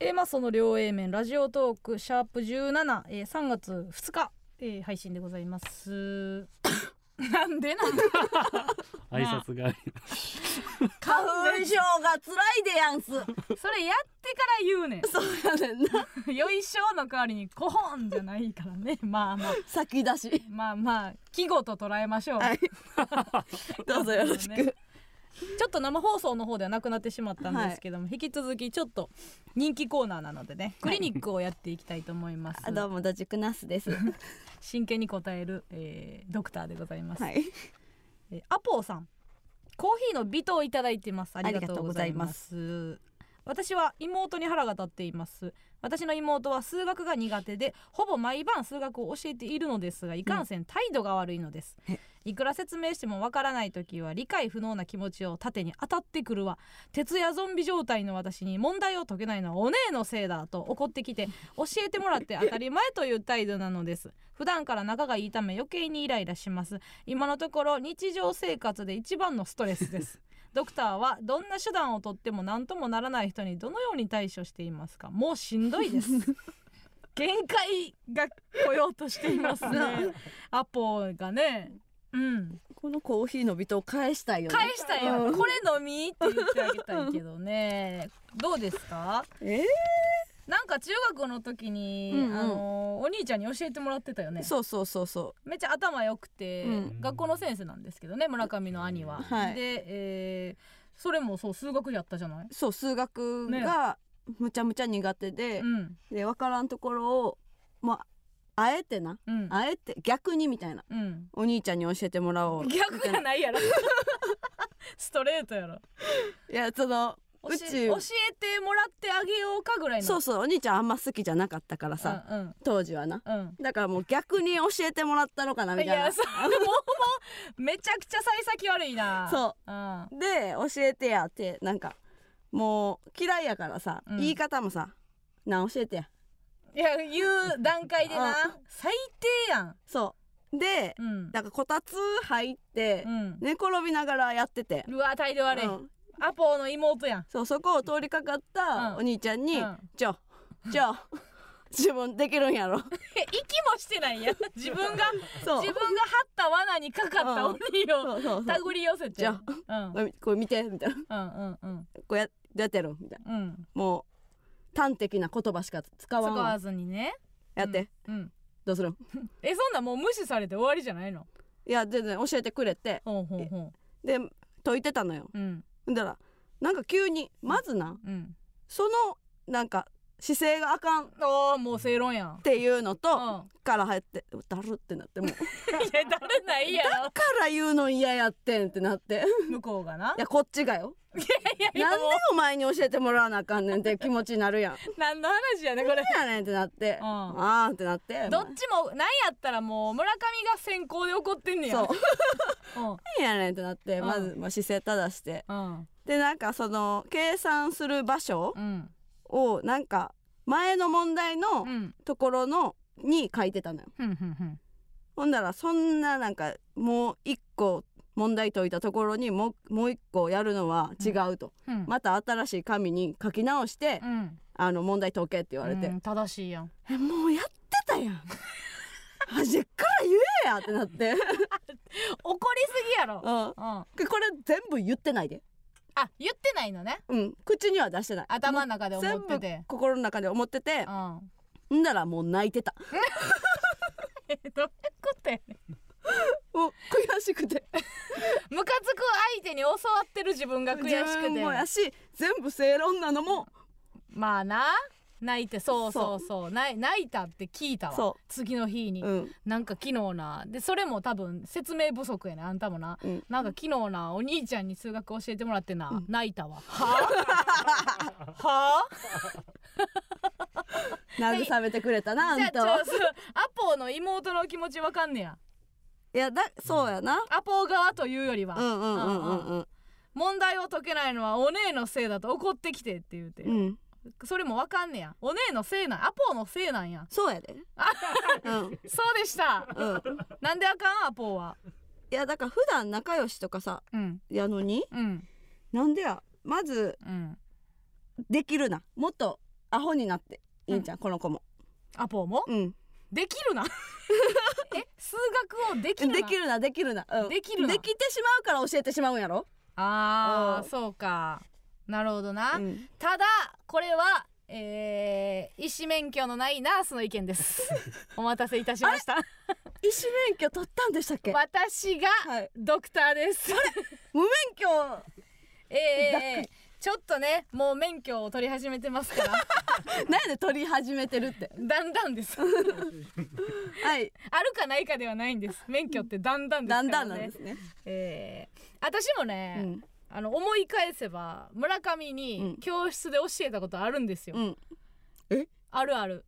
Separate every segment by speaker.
Speaker 1: えーまあその両 A 面ラジオトークシャープ17、えー、3月2日、えー配信でございます なんでなんだ
Speaker 2: 挨拶があり
Speaker 3: 花粉症が辛いでやんす
Speaker 1: それやってから言うね
Speaker 3: そうやねんなん
Speaker 1: よいしょの代わりにコホンじゃないからね まあまあ
Speaker 3: 先出し
Speaker 1: まあまあ季語と捉えましょう、
Speaker 3: はい どうぞよろしく、
Speaker 1: ねちょっと生放送の方ではなくなってしまったんですけども、引き続きちょっと人気コーナーなのでねクリニックをやっていきたいと思います、
Speaker 3: あどうもドジクナスですは
Speaker 1: 真剣に答える、えードクターでございます、
Speaker 3: い
Speaker 1: えーアポーさんコーヒーの美糖をいただいてますありがとうございます私は妹に腹が立っています私の妹は数学が苦手でほぼ毎晩数学を教えているのですがいかんせん態度が悪いのです、
Speaker 3: え
Speaker 1: いくら説明してもわからない時は理解不能な気持ちを盾に当たってくるわ徹夜ゾンビ状態の私に問題を解けないのはお姉のせいだと怒ってきて教えてもらって当たり前という態度なのです普段から仲がいいため余計にイライラします今のところ日常生活で一番のストレスです ドクターはどんな手段をとっても何ともならない人にどのように対処していますかもうしんどいです 限界が来ようとしています ねアポがねうん
Speaker 3: このコーヒーの美糖返したいよね
Speaker 1: 返したいよ、
Speaker 3: うん
Speaker 1: これ飲みって言ってあげたいけどねどうですか
Speaker 3: え
Speaker 1: なんか中学の時に、
Speaker 3: うんうん
Speaker 1: あのお兄ちゃんに教えてもらってたよね
Speaker 3: ーそうそうそうそ
Speaker 1: めっちゃ頭良くて、
Speaker 3: うん
Speaker 1: 学校の先生なんですけどね村上の兄は、
Speaker 3: はい
Speaker 1: で、えーそれもそう数学やったじゃないう
Speaker 3: そう数学がむちゃむちゃ苦手で、
Speaker 1: うん
Speaker 3: で分からんところをまああえてな
Speaker 1: うん
Speaker 3: あえて逆にみたいな
Speaker 1: うん
Speaker 3: お兄ちゃんに教えてもらおう
Speaker 1: 逆やないやろ ストレートやろ
Speaker 3: いやその
Speaker 1: 教
Speaker 3: う
Speaker 1: え
Speaker 3: ち
Speaker 1: 教えてもらってあげようかぐらいの
Speaker 3: そう
Speaker 1: そ
Speaker 3: そうお兄ちゃんあんま好きじゃなかったからさ、
Speaker 1: うん
Speaker 3: 当時はな
Speaker 1: うんうん
Speaker 3: だからもう逆に教えてもらったのかなみ
Speaker 1: い
Speaker 3: たいな
Speaker 1: やそう もうもうめちゃくちゃ幸先悪いな、
Speaker 3: そう
Speaker 1: ん、
Speaker 3: うで教えてやってなんかもう嫌いやからさ、
Speaker 1: うん
Speaker 3: 言い方もさ「なあ教えてや
Speaker 1: いや言う段階でな
Speaker 3: あ
Speaker 1: 最低やん」
Speaker 3: そうで
Speaker 1: うん
Speaker 3: なんかこたつ入って、
Speaker 1: うん
Speaker 3: 寝転びながらやってて、
Speaker 1: うわ態度悪い、
Speaker 3: うん
Speaker 1: アポの妹やん
Speaker 3: そうそこを通りかかっ
Speaker 1: うん
Speaker 3: たお兄ちゃんに「
Speaker 1: うん
Speaker 3: ちょちょ 自分できるん やろ
Speaker 1: え息もしてない やん自分が
Speaker 3: そう
Speaker 1: 自分が張った罠にかかった
Speaker 3: うん
Speaker 1: 鬼を
Speaker 3: そうそう
Speaker 1: 手
Speaker 3: そう
Speaker 1: 繰り寄せて
Speaker 3: じ
Speaker 1: う
Speaker 3: ゃ
Speaker 1: んうん
Speaker 3: これこれ見て」みたいな
Speaker 1: うんうん
Speaker 3: 「こうやどうやってやるみたいな
Speaker 1: うん
Speaker 3: もう端的な言葉しか使わ
Speaker 1: 使
Speaker 3: んわ
Speaker 1: わずにね
Speaker 3: やって、
Speaker 1: うん
Speaker 3: どうするん
Speaker 1: えそんなんもう無視されて終わりじゃないの
Speaker 3: いや全然教えてくれて
Speaker 1: ほうほうほ
Speaker 3: で解いてたのよ
Speaker 1: ううん
Speaker 3: ほんだらなんか急にまずな
Speaker 1: うん
Speaker 3: そのなんか姿勢があかんっ
Speaker 1: ああもう正論やん
Speaker 3: ていうの
Speaker 1: う
Speaker 3: と
Speaker 1: ん
Speaker 3: から入ってだるってなってもうか
Speaker 1: いや誰ないやろ
Speaker 3: ら言うの嫌やってんってなって
Speaker 1: 向こうがない
Speaker 3: やこっちがよ
Speaker 1: いやいや
Speaker 3: なんで
Speaker 1: も
Speaker 3: お前に教えてもらわなあかんねん って気持ちになるやん
Speaker 1: う何の話やねこれ
Speaker 3: 何やねんってなって
Speaker 1: うん
Speaker 3: あーってなって
Speaker 1: どっちもなんやったらもう村上が先行で怒ってんねや
Speaker 3: そう
Speaker 1: うん
Speaker 3: 何やねんってなって
Speaker 1: うん
Speaker 3: まずまあ姿勢正して
Speaker 1: うん
Speaker 3: でなんかその計算する場所
Speaker 1: うん
Speaker 3: をなんか前の問題の
Speaker 1: うん
Speaker 3: ところのに書いてたのよ
Speaker 1: ふんふんふん
Speaker 3: ほんならそんななんかもう一個問題解いたところにもうもう一個やるのは違うと、
Speaker 1: うん
Speaker 3: また新しい紙に書き直して、
Speaker 1: うん
Speaker 3: あの問題解けって言われて、
Speaker 1: うん正しいやん
Speaker 3: えもうやってたやん端っから言えやってなって、
Speaker 1: 怒りすぎやろ
Speaker 3: うん、こ
Speaker 1: うんあ
Speaker 3: れ全部言ってないで、
Speaker 1: 言ってないのね
Speaker 3: うん、口には出してない
Speaker 1: 頭の中で思
Speaker 3: 全
Speaker 1: っ
Speaker 3: 部
Speaker 1: てて
Speaker 3: 心の中で思ってて
Speaker 1: うん
Speaker 3: ほんならもう泣いてた
Speaker 1: えどういうことやねん
Speaker 3: もう悔しくて
Speaker 1: ムカつく相手に教わってる自分が悔し
Speaker 3: 自
Speaker 1: く
Speaker 3: 分もや
Speaker 1: て
Speaker 3: し全部正論なのも
Speaker 1: まあな泣いてそうそうそう泣い泣いたって聞いたわ
Speaker 3: そう
Speaker 1: 次の日に
Speaker 3: うん
Speaker 1: なんか昨日なでそれも多分説明不足やねあんたもな
Speaker 3: うん
Speaker 1: なんか昨日なお兄ちゃんに数学教えてもらってな、
Speaker 3: うん
Speaker 1: 泣いたわ はあは
Speaker 3: 慰めてくれたな
Speaker 1: あ
Speaker 3: あ
Speaker 1: じゃ
Speaker 3: ん
Speaker 1: あち
Speaker 3: た
Speaker 1: ょ
Speaker 3: は
Speaker 1: そうアポの妹の気持ちわかんねや
Speaker 3: いやだそうやな
Speaker 1: アポ側というよりは、
Speaker 3: うんうんうんうんうん
Speaker 1: 問題を解けないのはお姉のせいだと怒ってきてって言うて、
Speaker 3: うん、
Speaker 1: それもわかんねやお姉のせいなんアポのせいなんや
Speaker 3: そうやで。うん、
Speaker 1: そうでした
Speaker 3: うん、
Speaker 1: なんであかんアポはい
Speaker 3: や、だから普段仲良しとかさ、
Speaker 1: うん
Speaker 3: やのに、
Speaker 1: うん
Speaker 3: なんでや、まず
Speaker 1: うん
Speaker 3: できるな、もっとアホになっていいんじゃん、この子も
Speaker 1: アポも
Speaker 3: うん
Speaker 1: でき るなえ数学をできるな
Speaker 3: できるなできるな、うん、
Speaker 1: できるな
Speaker 3: できてしまうから教えてしまうんやろ、
Speaker 1: あ
Speaker 3: う
Speaker 1: ー
Speaker 3: ん
Speaker 1: そうかなるほどな、
Speaker 3: うん
Speaker 1: ただこれはえー、医師免許のないナースの意見です お待たせいたしました
Speaker 3: 医師免許取ったんでしたっ け、
Speaker 1: 私が
Speaker 3: はい
Speaker 1: ドクターです
Speaker 3: 無免許
Speaker 1: えー、ちょっとねもう免許を取り始めてますから
Speaker 3: なんで取り始めてるって
Speaker 1: だんだんです
Speaker 3: はい
Speaker 1: あるかないかではないんです免許ってだんだんですか
Speaker 3: だ
Speaker 1: ら、ね、
Speaker 3: んだんなんですね、
Speaker 1: えー、私も
Speaker 3: う
Speaker 1: ね、
Speaker 3: ん
Speaker 1: あの思い返せば村上に
Speaker 3: うん
Speaker 1: 教室で教えたことあるんですよ、
Speaker 3: うん
Speaker 1: あるある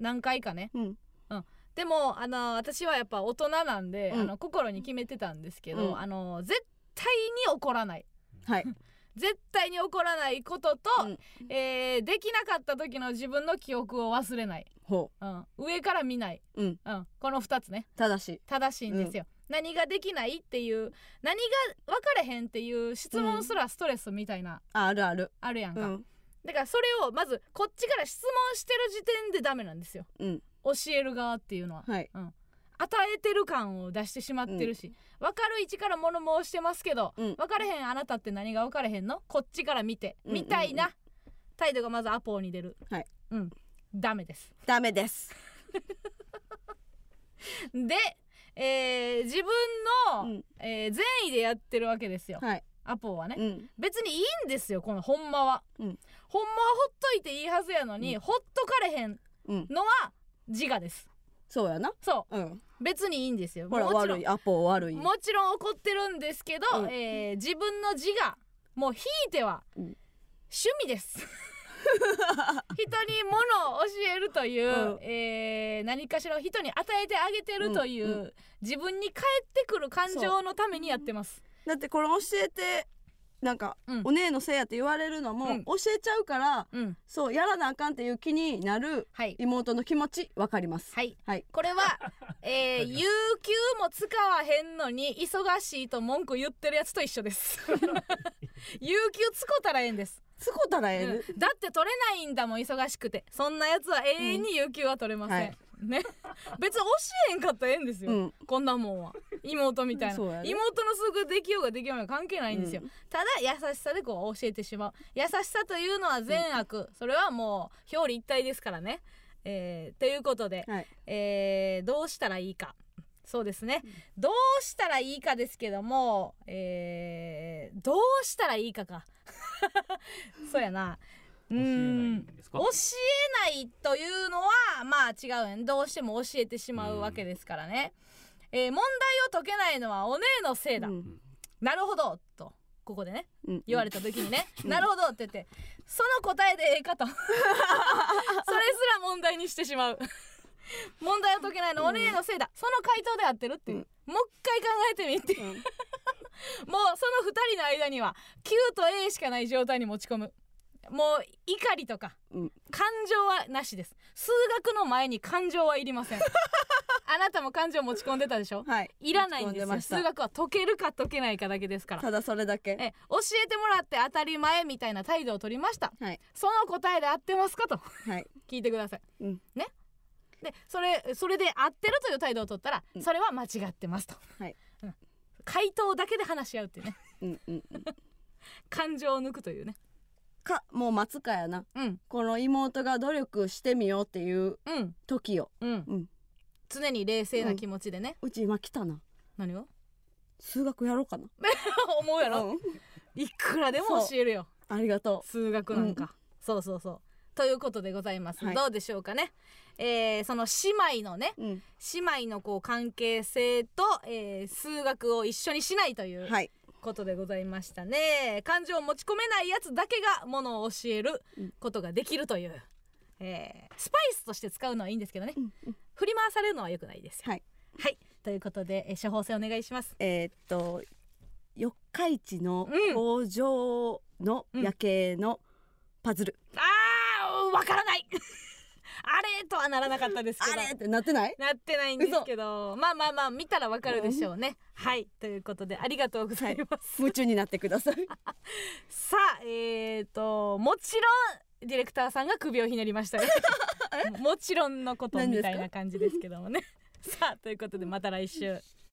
Speaker 1: 何回かね
Speaker 3: うん
Speaker 1: でもあの私はやっぱ大人なんで、
Speaker 3: うん
Speaker 1: あの心に決めてたんですけど、
Speaker 3: うん
Speaker 1: あの絶対に怒らない
Speaker 3: はい
Speaker 1: 絶対に怒らないことと、
Speaker 3: うん
Speaker 1: えーできなかった時の自分の記憶を忘れない、
Speaker 3: ほ
Speaker 1: うん、上から見ない、
Speaker 3: うん
Speaker 1: この2つね
Speaker 3: う正しい
Speaker 1: 正しいんですよ、何ができないっていう何が分かれへんっていう質問すらストレスみたいな、
Speaker 3: ああるある
Speaker 1: あるやんか、
Speaker 3: うん
Speaker 1: だからそれをまずこっちから質問してる時点でダメなんですよ
Speaker 3: うん
Speaker 1: 教える側っていうのは
Speaker 3: はい
Speaker 1: 与えてる感を出してしまってるし、分かる位置から物申してますけど、
Speaker 3: うん
Speaker 1: 分かれへんあなたって何が分かれへんのこっちから見て、
Speaker 3: うんうんうん
Speaker 1: みたいな態度がまずアポに出る
Speaker 3: はい
Speaker 1: うんダメです
Speaker 3: ダメです
Speaker 1: で、えー自分の、
Speaker 3: うん
Speaker 1: えー善意でやってるわけですよ、
Speaker 3: はい
Speaker 1: アポはね、
Speaker 3: うん
Speaker 1: 別にいいんですよこのほんまは、
Speaker 3: うん
Speaker 1: ほんまはほっといていいはずやのに、
Speaker 3: う
Speaker 1: ほっとかれへん
Speaker 3: うん
Speaker 1: のは自我です
Speaker 3: そうやな
Speaker 1: そ
Speaker 3: うん
Speaker 1: う別にいいんですよ
Speaker 3: ほら
Speaker 1: もちろ
Speaker 3: 悪
Speaker 1: ん
Speaker 3: いアポ悪い
Speaker 1: もちろん怒ってるんですけど、
Speaker 3: うん
Speaker 1: えー自分の自我もうひいては
Speaker 3: うん
Speaker 1: 趣味です、人 に物を教えるという、
Speaker 3: うん
Speaker 1: えー何かしらを人に与えてあげてるという、
Speaker 3: うんう
Speaker 1: 自分に返ってくる感情のためにやってます
Speaker 3: だってこれ教えてなんか、
Speaker 1: うん
Speaker 3: お姉のせいやって言われるのも、
Speaker 1: うん
Speaker 3: 教えちゃうから
Speaker 1: うん
Speaker 3: そうやらなあかんっていう気になる
Speaker 1: はい
Speaker 3: 妹の気持ちわかります
Speaker 1: はい
Speaker 3: はい
Speaker 1: これは、 えー、有給も使わへんのに忙しいと文句言ってるやつと一緒です 有給使ったらええんです
Speaker 3: つこたらええね、
Speaker 1: うんだって取れないんだもん忙しくてそんなやつは永遠に有給は取れません、
Speaker 3: はい
Speaker 1: ね別に教えへんかったらええんですよ、
Speaker 3: うん
Speaker 1: こんなもんは妹みたいな、
Speaker 3: そう
Speaker 1: 妹
Speaker 3: や
Speaker 1: の
Speaker 3: ね
Speaker 1: すぐできようができまいが関係ないんですよ、
Speaker 3: うん
Speaker 1: ただ優しさでこう教えてしまう優しさというのは善悪、それはもう表裏一体ですからねえーということで、
Speaker 3: はい
Speaker 1: えーどうしたらいいかそうですね、どうしたらいいかですけども、えーどうしたらいいかか そうやなう
Speaker 2: 教え
Speaker 1: ー
Speaker 2: ないん
Speaker 1: ん
Speaker 2: ですか
Speaker 1: 教えないというのはまあ違うやんどうしても教えてしまうわけですからね、えー問題を解けないのはお姉のせいだ、
Speaker 3: うん
Speaker 1: なるほどとここでね
Speaker 3: うん
Speaker 1: 言われた時にね、
Speaker 3: うん
Speaker 1: なるほどって言ってその答えでええ かとそれすら問題にしてしまう問題を解けないのお姉のせいだ、その回答で合ってるっていう、
Speaker 3: うん
Speaker 1: もう一回考えてみっていう
Speaker 3: うん
Speaker 1: もうその2人の間には Q と A しかない状態に持ち込むもう怒りとか、
Speaker 3: うん
Speaker 1: 感情はなしです数学の前に感情はいりま せんあなたも感情持ち込んでたでしょ
Speaker 3: はい
Speaker 1: いらないんですよ
Speaker 3: 持ち込でました
Speaker 1: 数学は解けるか解けないかだけですから
Speaker 3: ただそれだけ
Speaker 1: え教えてもらって当たり前みたいな態度を取りました
Speaker 3: はい
Speaker 1: その答えで合ってますかと
Speaker 3: はい
Speaker 1: 聞いてください、
Speaker 3: うん
Speaker 1: ねでそれそれで合ってるという態度を取ったら、
Speaker 3: うん
Speaker 1: それは間違ってますと、
Speaker 3: はい
Speaker 1: うん回答だけで話し合うっていうね
Speaker 3: うんうんうん
Speaker 1: 感情を抜くというね
Speaker 3: かもう待つかやな
Speaker 1: うん
Speaker 3: この妹が努力してみようっていう
Speaker 1: うん
Speaker 3: 時を
Speaker 1: うん、
Speaker 3: うん
Speaker 1: 常に冷静な気持ちでね、
Speaker 3: うち今来たな
Speaker 1: 何を
Speaker 3: 数学やろうかな
Speaker 1: 思うやろ
Speaker 3: うん
Speaker 1: いくらでも教えるよ
Speaker 3: ありがと
Speaker 1: 数学なんか、そうそうそうということでございます、
Speaker 3: はい
Speaker 1: どうでしょうかねえーその姉妹のね
Speaker 3: ううん
Speaker 1: 姉妹のこう関係性と、えー数学を一緒にしないという
Speaker 3: はい
Speaker 1: ことでございましたね、感情を持ち込めないやつだけがものを教える
Speaker 3: うん
Speaker 1: ことができるという、えースパイスとして使うのはいいんですけどね、
Speaker 3: うんうん
Speaker 1: 振り回されるのは良くないですよ
Speaker 3: はい
Speaker 1: はいということで、えー処方箋お願いします
Speaker 3: えーっと四日市の
Speaker 1: うん
Speaker 3: 工場の夜景のパズル、
Speaker 1: あーわからない あれとはならなかったですけど
Speaker 3: あれってなって ない
Speaker 1: なってないんですけどまあまあまあ見たらわかるでしょうね、はいということでありがとうございます、
Speaker 3: 夢中になってください
Speaker 1: さあえー、ともちろんディレクターさんが首をひねりましたねもちろんのことみたいな感じですけどもねさあということでまた来週。